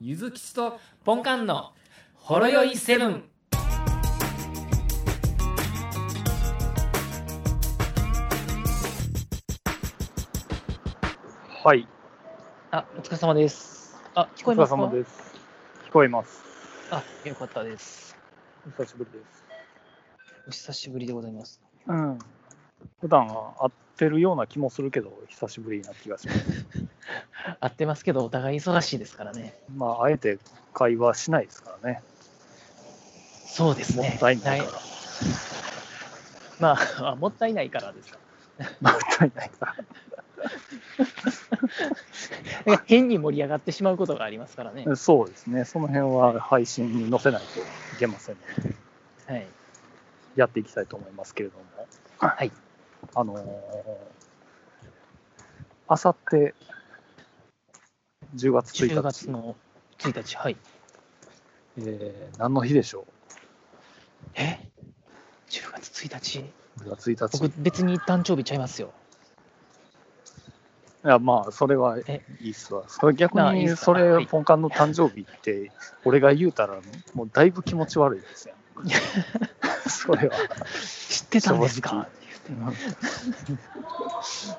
ゆずきちとポンカンのほろよいセブン。はい、あ、お疲れ様です。あ、聞おこえ疲れますか様です。聞こえます。あ、よかったです。お久しぶりです。お久しぶりでございます。うん。普段は会ってるような気もするけど、久しぶりな気が します。会ってますけど、お互い忙しいですからね。まあ、あえて会話しないですからね。そうですもね。ったいないから。まああ、もったいないからですか。もったいないから。なんか 変に盛り上がってしまうことがありますからね。そうですね。その辺は配信に載せないといけませんので、はい。やっていきたいと思いますけれども。いあのーあさって、10月1日。 10月の1日、はい。えー何の日でしょえ ?10 月1日う ?10 月1日。僕、別に誕生日ちゃいますよ。いやまあそれはいえいっすわ。それ逆なあいいっにすかそはれいポンカンの誕生日って俺が言うたらもうだいぶ気持ち悪いです よ。それは知ってたんですか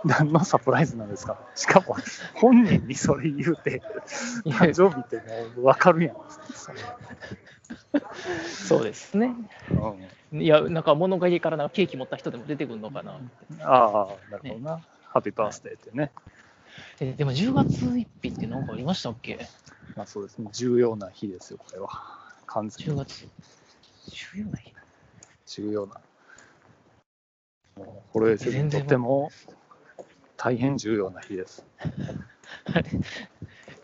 何のサプライズなんですか。しかも本人にそれ言うていや誕生日ってもうわかるやん。そうですね。いや、なんか物陰からなんかケーキ持った人でも出てくるのかな。ああなるほどな。ハッピーバースデーってね。えでも10月1日って何かありましたっけまあそうですね重要な日ですよこれは完全に10月14日重要な。もうこれです全と然ても大変重要な日です。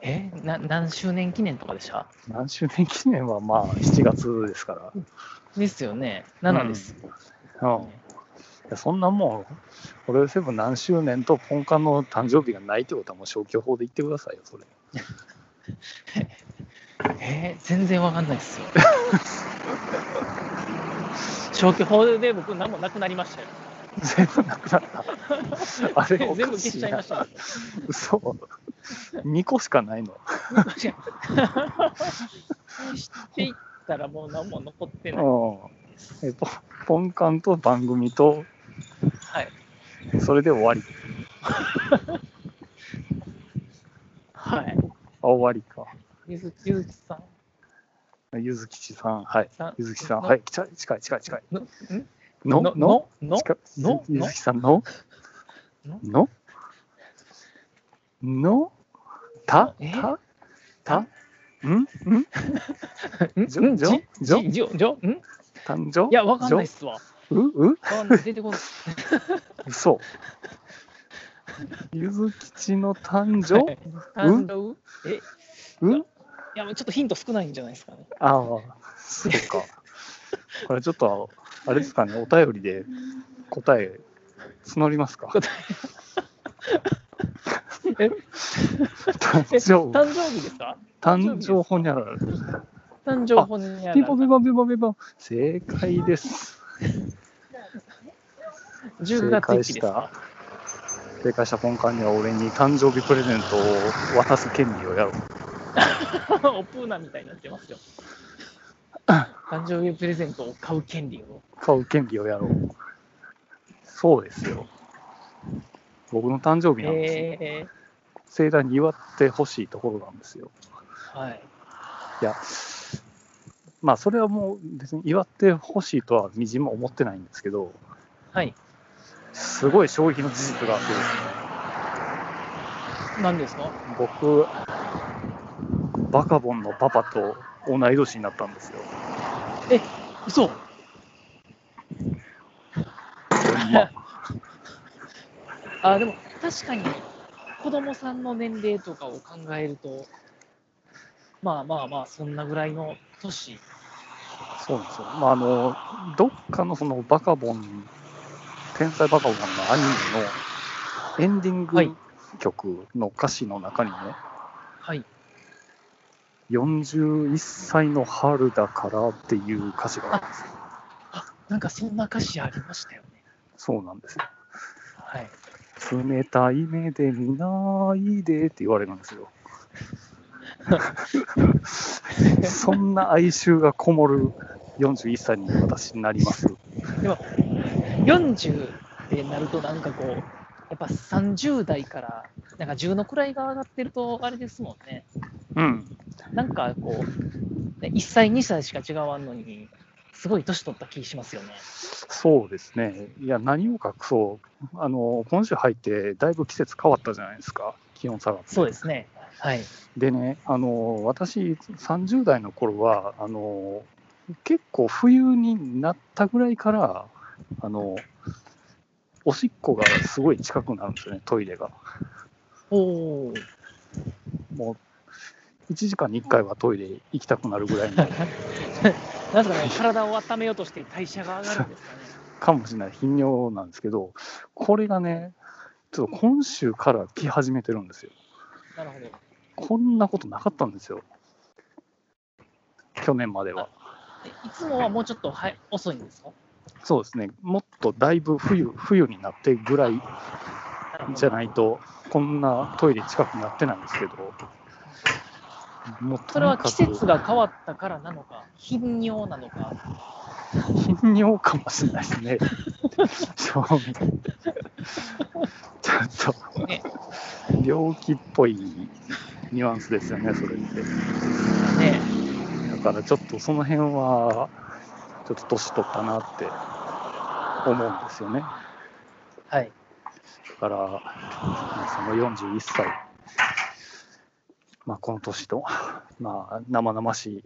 えな何周年記念とかでした何周年記念はまあ7月ですから。ですよね7です、うんいやそんなもう、ホロヨイセブン何周年とポンカンの誕生日がないってことはもう消去法で言ってくださいよ、それ。えー全然わかんないっすよ消去法で僕何もなくなりま したよ全部なくなった。 あれ全お部か消ししいちゃいまなし。たよ嘘。2個しかないの。違う 消していったらもう何も残ってない、うん。えっと、ポンカンと番組と、はいそれで終わり。はいあ、終わりか。ゆずゆずきさんゆずきちさん、はい。さんゆずきさん、のはい。近い、近い、近い、近い。のんの、ののの、の近いのゆずきさん、の、のの、の、た、えた、た、ん、ん、んんじょ、じょ、じょ、じょじょんい誕生やわかんないっじすわょう、わう、かんない出てこない嘘。ゆずきちの誕生誕生えういや、もうちょっとヒント少ないんじゃないですかね。ああ、そうか。これちょっと、あれですかね、お便りで答え募りますか。え、誕生、誕生日ですか誕生ほにゃらら。誕生本にあピるン。ポンピンポンピンポンピンポン。正解です。 10月1日ですか正解したポンカンには俺に誕生日プレゼントを渡す権利をやろう。おプーナみたいになって ますよ。誕生日プレゼントを買う権利を。買う権利をやろう。そうですよ。僕の誕生日なんですよ。え盛大に祝ってほしいところなんですよ。ー、はい。いや、まあ、それはもう別に祝ってほしいとはみじんも思ってないんですけど、はい。すごい衝撃の事実があってですね、何ですか僕、バカボンのパパと同い年になったんですよ。嘘ほんま あ、でも確かに子供さんの年齢とかを考えると、まあまあまあ、そんなぐらいの年。そうなんですよ。まあ、あの、どっかのそのバカボン、天才バカボンのアニメのエンディンはいグ曲の歌詞の中にね、はい。 41歳の春だからっていう歌詞があるんですよ。なんかそんな歌詞ありましたよね。そうなんですよ。はい。 冷たい目で見ないでって言われるんですよ。そんな哀愁がこもる41歳に私になります。 40ってなると、なんかこう、やっぱ30代から、なんか10の位が上がってると、あれですもんね。うん。なんかこう、ね1歳、2歳しか違わんのに、すごい年取った気しますよね。そうですね。いや、何を隠そう。あの、今週入って、だいぶ季節変わったじゃないですか。気温下がって。そうですね。はい。でね、あの、私、30代の頃は、あの、結構冬になったぐらいから、あの、おしっこがすごい近くなるんですよね、トイレが。おお。もう、1時間に1回はトイレ行きたくなるぐらいのなんすかね、体を温めようとして代謝が上がるんですかね。かもしれない 頻尿なんですけど、これがね、ちょっと今週から来始めてるんですよ。なるほど。こんなことなかったんですよ。去年までは。えいつもはもうちょっとはい遅いんですか。そうですね、もっとだいぶ冬冬になってぐらいじゃないいと、こんなトイレ近くなってないんですけど、もうそとれにはかく季節が変わったからなのか、頻尿なのか、頻尿かもしれないですね。正味ちょっねと、病気っぽいニュアンスですよね、それって。ね、だからちょっとその辺は、ちょっと年取ったなって思うんですよね。だはい、から、その41歳、まあ、この年と、まあ、生々しい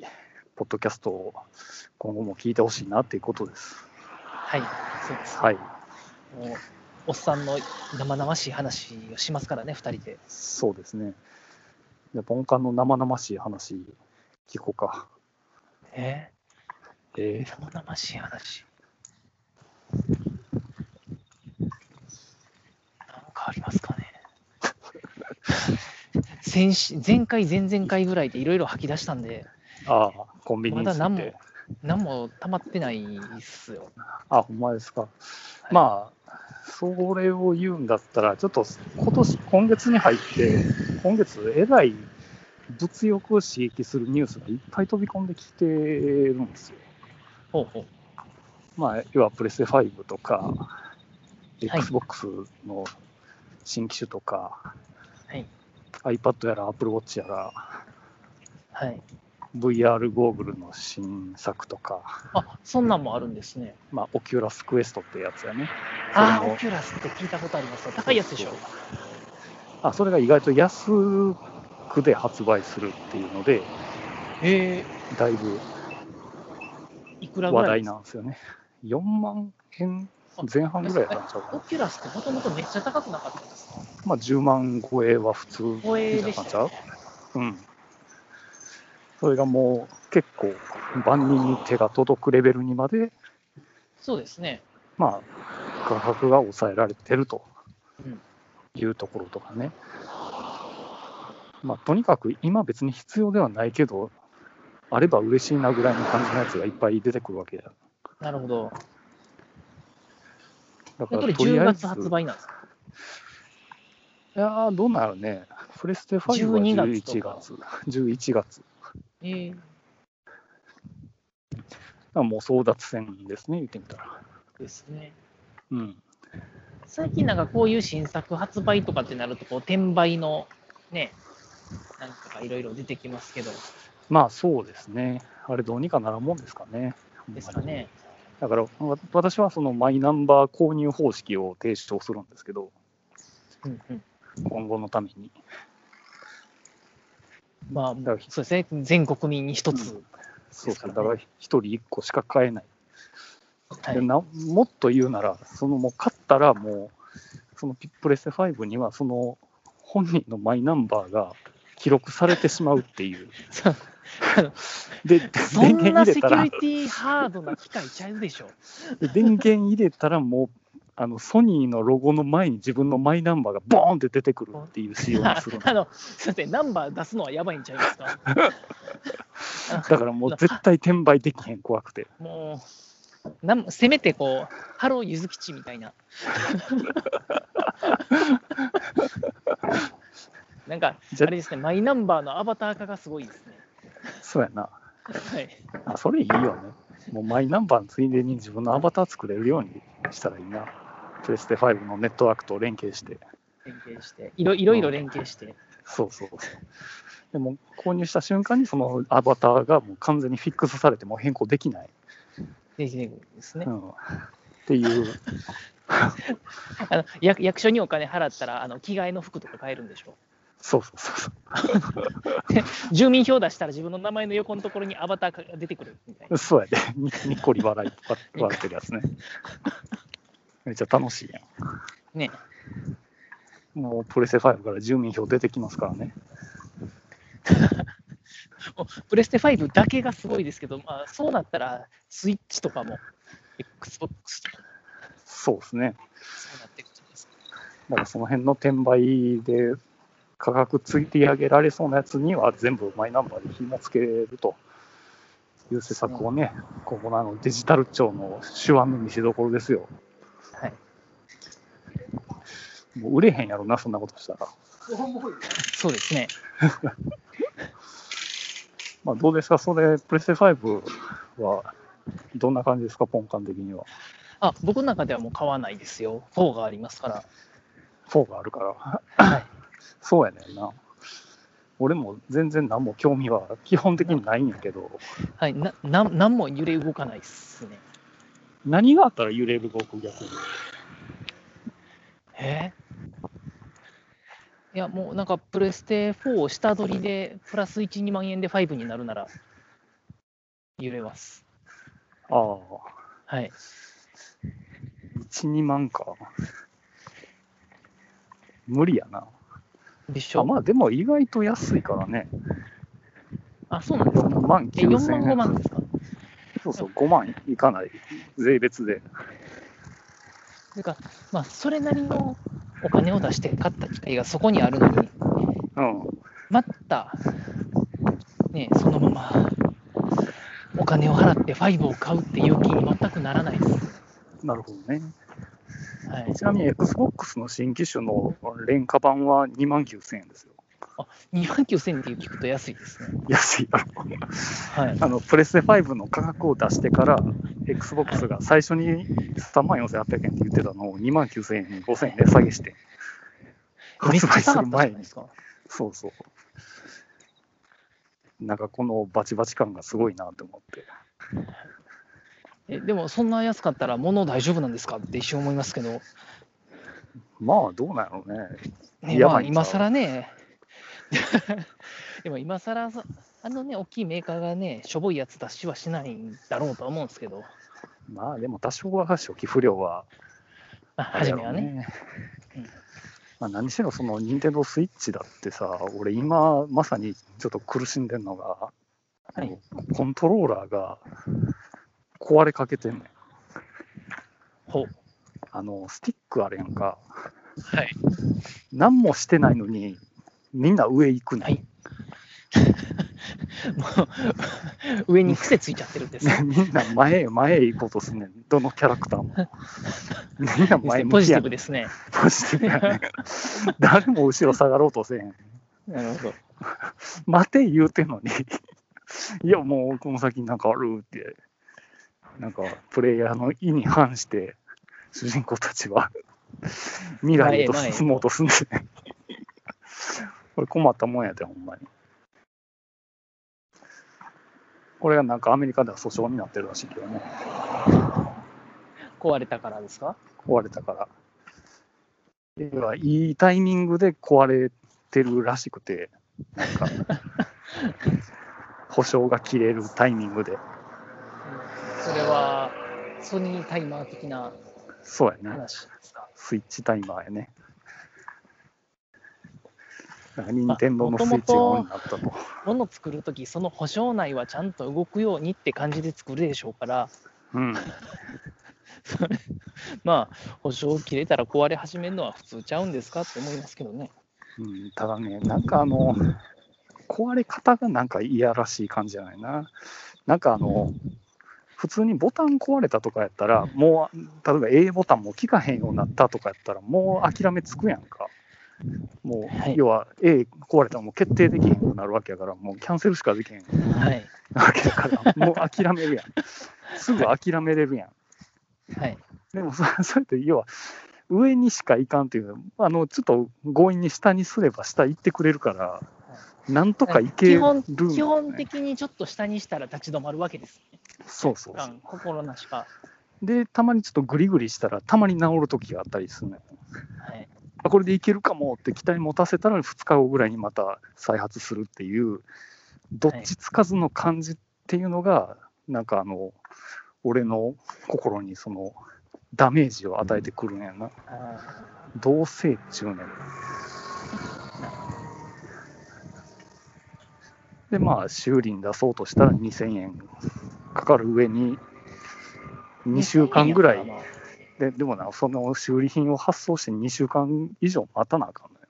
ポッドキャストを今後も聞いてほしいなっていうことです。はい、そうです。はい。もうおっさんの生々しい話をしますからね、二人で。そうですね。じゃあ、ポンカンの生々しい話、聞こうか。ええ生々しい話。なんかありますかね。 先し前回、前々回ぐらいでいろいろ吐き出したんで、ああ、コンビニにま行だ何っもて。、何も溜まってないっすよ。あ、ほんまですか。いまあ、それを言うんだったら、ちょっと今年、今月に入って、今月、えらい物欲を刺激するニュースがいっぱい飛び込んできてるんですよ。ほうほう。まあ、要はプレステ5とか、い XBOX の新機種とか、はい。 iPad やら Apple Watch やら、はい。 VR ゴーグルの新作とか、あ、そんなんもあるんですね。まあ、オキュラスクエストってやつやね。あそー、れもオキュラスって聞いたことありますよ。高いやつでしょそう。あ、それが意外と安くで発売するっていうので、えだいぶー、いくらぐ話らい題ですなんですよね。4万円前半ぐらいやったんちゃうかオな。キュラスってもともとめっちゃ高くなかったんですかまあ、10万超えは普通み超えたでいしたなよんちゃううん。それがもう結構万人に手が届くレベルにまで、そうですね。まあ、価格が抑えられてるとうんいうところとかね、まあ、とにかく今、別に必要ではないけど、あれば嬉しいなぐらいの感じのやつがいっぱい出てくるわけだよなるほど。だかやっぱらりとり10あえ月ず、発売なんですかいやーどうなるね、プレステ5は12 11月月、とか11月、だかえー、らもう争奪戦ですね、言ってみたら。ですね。うん、最近なんかこういう新作発売とかってなると、こう、転売のね、なんかがいろいろ出てきますけど、まあそうですね、あれどうにかならんもんですかね。ですかね。だからわ私はそのマイナンバー購入方式を提唱するんですけど、うんうん。今後のために。まあ、だからそうですね。全国民に一つ。そうそう、ですだからねから一人一個しか買えない、はでい。な。もっと言うなら、そのもう買ったらもう、そのピプレステ5には、その本人のマイナンバーが記録されてしまうっていう。そう で、そ電んな源入セれキたュらリ、ティハードな機械ちゃうでしょ。電源入れたらもう、あのソニーのロゴの前に自分のマイナンバーがボーンって出てくるっていう仕様にするのあの、 すいません、ナンバー出すのはやばいんちゃいますか。だからもう絶対転売できへん、怖くて。もう、なんせめてこう、ハローゆずき ちみたいな。なんか、じあゃれですね、マイナンバーのアバター化がすごいですね。そうやな。はい。あ、それいいよね。もうマイナンバーのついでに自分のアバター作れるようにしたらいいな。プレステ5のネットワークと連携して。連携して、いろいろいろ連携して。そうそうそう。でも購入した瞬間にそのアバターがもう完全にフィックスされてもう変更できない、できるんですねう。ん、っていう、あの役役所にお金払ったらあの着替えの服とか買えるんでしょそうそうそうそう住民票出したら自分の名前の横のところにアバターが出てくるみたいな。そうやで、ににっこり笑いとか笑ってるやつね。めっちゃ楽しいやねん。もうプレステ5から住民票出てきますからね。プレステ5だけがすごいですけど、まあ、そうなったらスイッチとかも XBOX とかもそうですね。そうなってくるんですだからその辺の転売で価格ついて上げられそうなやつには全部マイナンバーで紐付けるという施策をね、ここのあのデジタル庁の手腕の見せどころですよ。はいもう売れへんやろな、そんなことしたら。そうですね。まあ、どうですか、それ、プレステ5はどんな感じですか、ポンカン的には。あ僕の中ではもう買わないですよ。4がありますから。 4があるから。はい、そうやねんな。俺も全然何も興味は基本的にないんやけど、はい、なな何も揺れ動かないですね。何があったら揺れる僕逆に。えいやもうなんかプレステ4を下取りでプラス1、2万円で5になるなら揺れます。ああ。はい。 1、2万か。無理やな。でしあょまあでも意外と安いからね。あ、そうなんですか。 4万え、4 9000万円。 5万ですか。そうそう、5万いかない。税別で。ていうか、まあ、それなりのお金を出して買った機械がそこにあるのに、うん。また、ね、そのままお金を払って5を買うっていう気に全くならないです。なるほどね。はい、ちなみに Xbox の新機種の廉価版は2万9000円ですよ。 2万9000円って聞くと安いですね。安いやろ。 はい。あの、プレステ5の価格を出してから、Xbox が最初に3万4800円って言ってたのを2万9000円に5000円値下げして、めっち発ゃ売す下がるったじゃ前ないにで。すか。そうそう。なんかこのバチバチ感がすごいなと思って。えでも、そんな安かったら物大丈夫なんですかって一瞬思いますけど、まあどうなんやろうね。ね、やまばあいんちゃ今う更ね、 でも今更そあのね、大きいメーカーがね、しょぼいやつ出しはしないんだろうとは思うんですけど、まあでも多少は初期不良はあある初やめろはうね。ね。うんまあ、何しろその任天堂スイッチだってさ、俺今まさにちょっと苦しんでんのが、はいあのコントローラーが壊れかけてんねん。ほうあの、スティックあれやんか。はい。何もしてないのに、みんな上行くねんはいもう上に癖ついちゃってるんですよ。ね、みんな前へ前へ行こうとすんねん、どのキャラク ターも。みんな 前ポ向ジテきやィねブん。ですね。ポジティブやねん。誰も後ろ下がろうとせえへん。なるほど。待て言うてんのに、いや、もうこの先なんかあるって、なんかプレイヤーの意に反して、主人公たちは未来へと前へ前へ進もうとすんねん。これ困ったもんやで、ほんまに。これがなんかアメリカでは訴訟になってるらしいけどね。壊れたからですか壊れたから。要はいいタイミングで壊れてるらしくて、なんか、保証が切れるタイミングで。それはソニータイマー的なそうやね。話ですか。スイッチタイマーやね。だから任あ天堂のスイッチがオンになったと。物作るとき、その保証内はちゃんと動くようにって感じで作るでしょうから、うん。それまあ、保証切れたら壊れ始めるのは普通ちゃうんですかって思いますけどね。うん、ただね、なんかあの、壊れ方がなんかいやらしい感じじゃないな。なんかあの、普通にボタン壊れたとかやったら、もう、例えば A ボタンも効かへんようになったとかやったら、もう諦めつくやんか。もう、はい要は A 壊れたらもう決定できへんくなるわけやから、もうキャンセルしかできへんはい。わけだから、もう諦めるやん。すぐ諦めれるやん。はい。でもそ、 それって要は、上にしかいかんという、あの、ちょっと強引に下にすれば下行ってくれるから、なんとかいけ基るんだよ本ね、基本的にちょっと下にしたら立ち止まるわけですね。そうそううそん心なしか。う。で、たまにちょっとグリグリしたら、たまに治る時があったりするね。はい。あこれでいけるかもって期待持たせたら2日後ぐらいにまた再発するっていうどっちつかずの感じっていうのが、なんかあの俺の心にそのダメージを与えてくるんやなあ同性中年でまあ修理に出そうとしたら2000円かかる上にー2週間ぐら2000円いやっででもなその修理品を発送して2週間以上待たなあかんのよ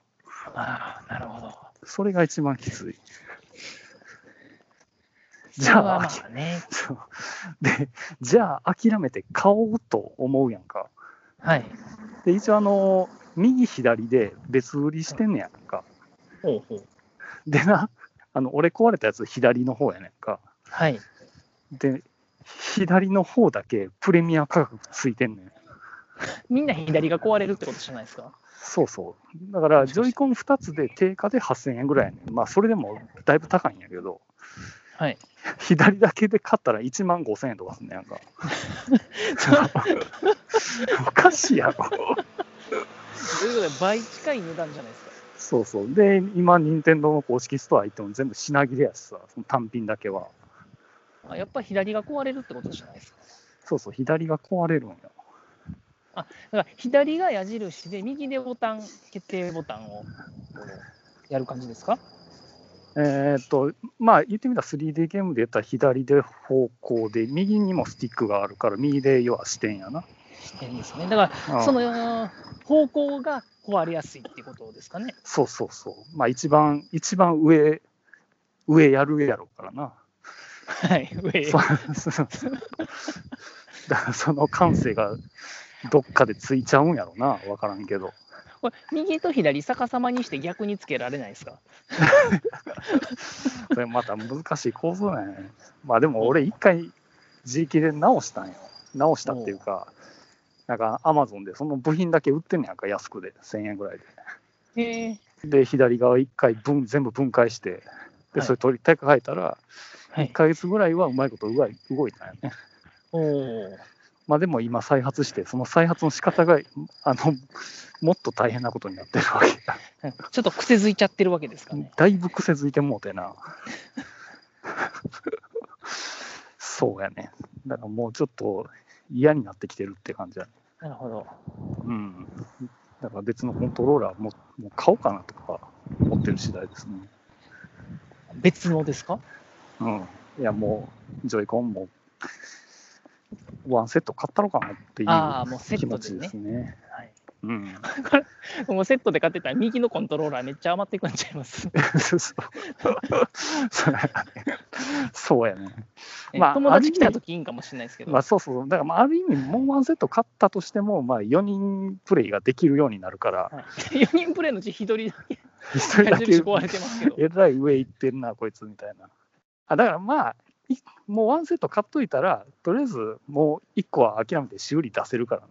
たらなああ、なるほど。それが一番きつい じそれはゃあまあね。そうで、じゃあ諦めて買おうと思うやんか。はい。で、一応あの、右左で別売りしてんねやんか。ほうほう。でな、あの、俺壊れたやつ左の方やねんか。はい。で、左の方だけプレミア価格ついてんねん。みんな左が壊れるってことじゃないですか。そうそう。だから、ジョイコン2つで定価で8000円ぐらいやねん。まあ、それでもだいぶ高いんやけど、はい。左だけで買ったら1万5000円とかすんねやんか。 おかしいやろ。ということで、倍近い値段じゃないですか。そうそう。で、今、任天堂の公式ストア行っても全部品切れやしさ、その単品だけは。あやっぱ左が壊れるってことじゃないですか。そうそう、左が壊れるんよ。だから左が矢印で、右でボタン、決定ボタンをこうやる感じですかえーっと、まあ、言ってみたら 3D ゲームで言ったら左で方向で、右にもスティックがあるから、右で要は視点やな。視点ですね。だから、うんその方向が壊れやすいってことですかね。そうそうそう。まあ、一番、一番上、上やるやろうからな。はい、上そう そうそうだからその感性がどっかでついちゃうんやろな、わからんけど。これ右と左逆さまにして逆につけられないですかそれまた難しい構造なんやね。まあでも俺一回自力で直したんよ。直したっていうか、なんかアマゾンでその部品だけ売ってんねやんか、安くで、1000円ぐらいへえで。で、左側一回分全部分解して、で、はいそれ取り手かえたら、は1いヶ月ぐらいはうまいこと動い動いたんやね。おおまあでも今再発して、その再発の仕方が、あの、もっと大変なことになってるわけや。ちょっと癖づいちゃってるわけですかねだいぶ癖づいてもう てな。そうやね。だからもうちょっと嫌になってきてるって感じだね。なるほどうん。だから別のコントローラーももう買おうかなとか思ってる次第ですね。別のですかうん。いやもう、ジョイコンも、ワンセット買ったろかなっていああもうセう気ットで持ちでねすね。はいうん。 もうセットで買ってたら右のコントローラーめっちゃ余ってくなっちゃいます そうそうやねそうやね。えまあ友達来た時いいんかもしれないですけど、まあ、そうそう、だからまあある意味、もうワンセット勝ったとしても、まあ、4人プレイができるようになるから、はい、4人プレイのうち1人だけ1人だ矢け印壊れてますけどえらい上行ってんな、こいつみたいな。あだからまあ、いもうワンセット買っといたら、とりあえずもう1個は諦めて修理出せるから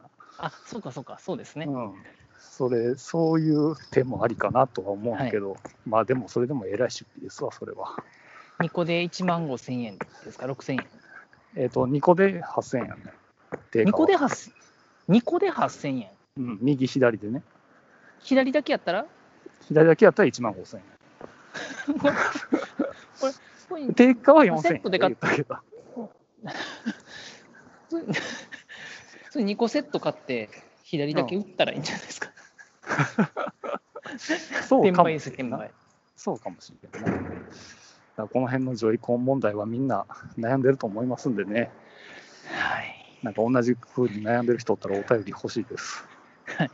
あそうかそうかそうですね、な、うん、それ、そういう手もありかなとは思うんだけど、まあでも、それでもえらい出費ですわ、それは。 2個で1万5000円ですか6000円えっ、と、2個で8000円やね。定2価は個で8000 2個で8000円うん、右、左でね。左だけやったら左だけやったら1万5000円。これ定価は4000円。セットで買っ言たけど。それ2個セット買って、左だけ打ったらいいんじゃないですか。そう転かも売しすれ転んな売。そうかもしれない。だからこの辺のジョイコン問題はみんな悩んでると思いますんでね、はい。なんか同じ風に悩んでる人おったらお便り欲しいです。はい。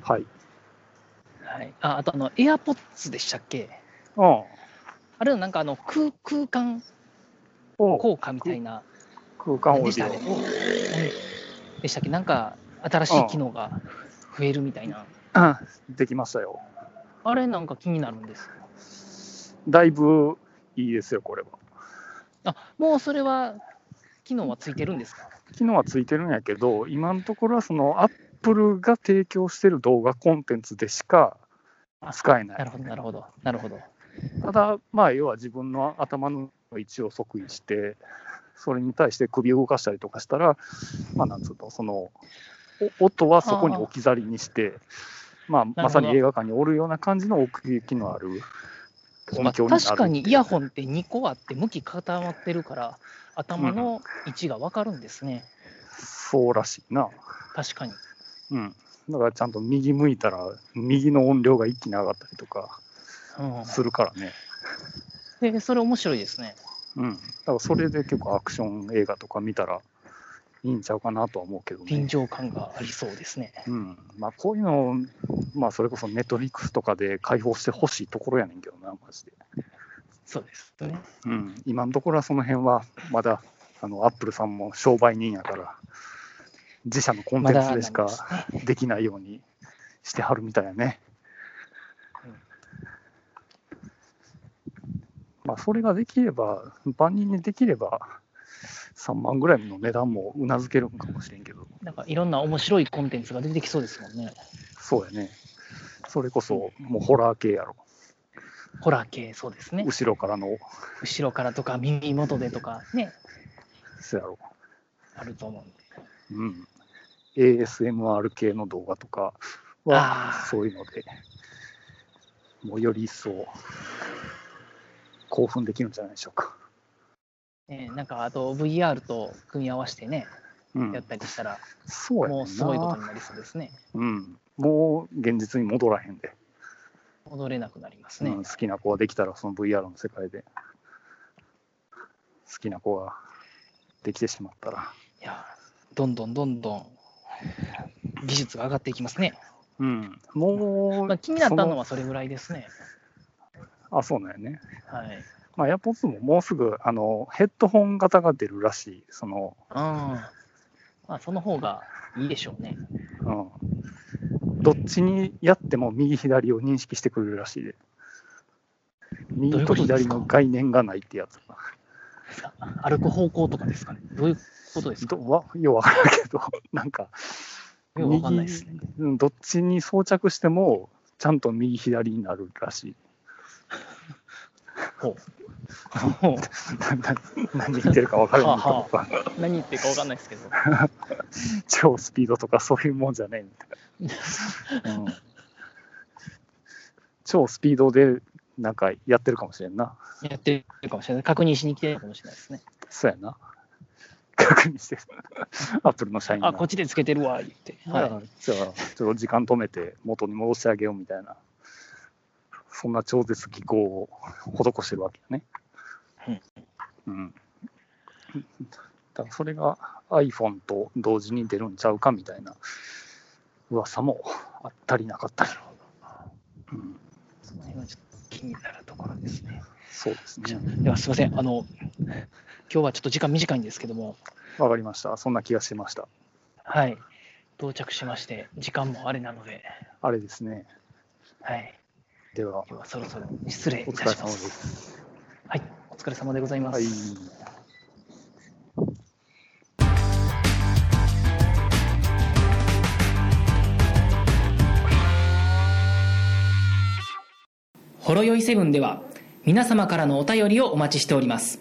はい。はい、ああとあの、AirPods でしたっけうん。あれのなんかあの空空間お効果みたいな。空間でオーしデたィね。うんでしたっけなんか、新しい機能が増えるみたいな。できましたよ。あれなんか気になるんです。だいぶいいですよ、これは。あ、もうそれは、機能はついてるんですか機能はついてるんやけど、今のところはその Apple が提供してる動画コンテンツでしか使えなないる。ほど、なるほど、なるほど。ただ、まあ、要は自分の頭の位置を即位して、それに対して首を動かしたりとかしたら、まあ、なんつうの、その、お音はそこに置き去りにして、まあ、どまさに映画館におるような感じの奥行きのあるま音あ響になる。確かにイヤホンって2個あって向き固まってるから頭の位置が分かるんですね、そうらしいな。確かにうん。だからちゃんと右向いたら、右の音量が一気に上がったりとかうするからね。ん、でそれ面白いですねうん。だからそれで結構アクション映画とか見たらいいんちゃうかなとは思うけどね。臨場感がありそうですねうんまあ、こういうのを、まあ、それこそネットフリックスとかで開放してほしいところやねんけどな、マジで。そうですねうん、今のところはその辺は、まだあのアップルさんも商売人やから、自社のコンテンツでしまだかできないようにしてはるみたいやねうん。まあ、それができれば、万人にできれば、3万ぐらいの値段もうなずけるんかもしれんけど。なんかいろんな面白いコンテンツが出てきそうですもんねそうやね。それこそ、もうホラー系やろ。ホラー系そうですね後ろからの、後ろからとか耳元でとかねそうやろ。あると思うんでうん。ASMR 系の動画とかはあー、そういうので、もうより一層、興奮できるんじゃないでしょうか。ね、なんかあと VR と組み合わせてね、うんやっ。たりしたら、そうやねんなもうすごいことになりそうですね。うん。もう現実に戻らへんで、戻れなくなりますうね。ん、好きな子ができたら、その VR の世界で、好きな子ができてしまったら。いや、どんどんどんどん技術が上がっていきますね。うん。もう、まあ、気になったそのはそれぐらいですね。あ、そうなんやね。はい。まあ、AirPods ももうすぐあのヘッドホン型が出るらしい、その、うん。まあ、その方がいいでしょうね。うん、どっちにやっても右、左を認識してくれるらしいで、どうい右うこととですか左の概念がないってやつ、歩く方向とかですかね。どういうことですかどわようわからんけど、 なんか、よくわかんないですね。うんどっちに装着しても、ちゃんと右、左になるらしい。 ほう。ほうなな何言ってるか分からないけどさ、何言ってるかわかんないですけど。 超スピードとかそういうもんじゃねえみたいな。うん超スピードでなんかやってるかもしれんな。やってるかもしれない。確認しに来てるかもしれないですね。そうやな。確認してる。アップルの社員が。あ、こっちでつけてるわ、言って。ははいじゃあ、ちょっと時間止めて元に戻してあげようみたいな。そんな超絶技巧を施してるわけやね。うん。だからそれが iPhone と同時に出るんちゃうかみたいな噂もあったりなかったり。うんい。その辺はちょっと気になるところですね。そうですね。ではすみません、あの今日はちょっと時間短いんですけども、わかりました。そんな気がしました。はい、到着しまして、時間もあれなので、あれですね。はい、では、今日はそろそろ失礼いお疲たれし様ま。ですす。はい、お疲れ様でございまはす。い。ほろよいセブンでは皆様からのお便りをお待ちしております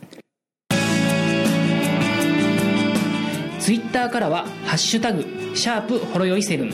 ツイッターからは「ハッシュタグシャープほろよいセブン」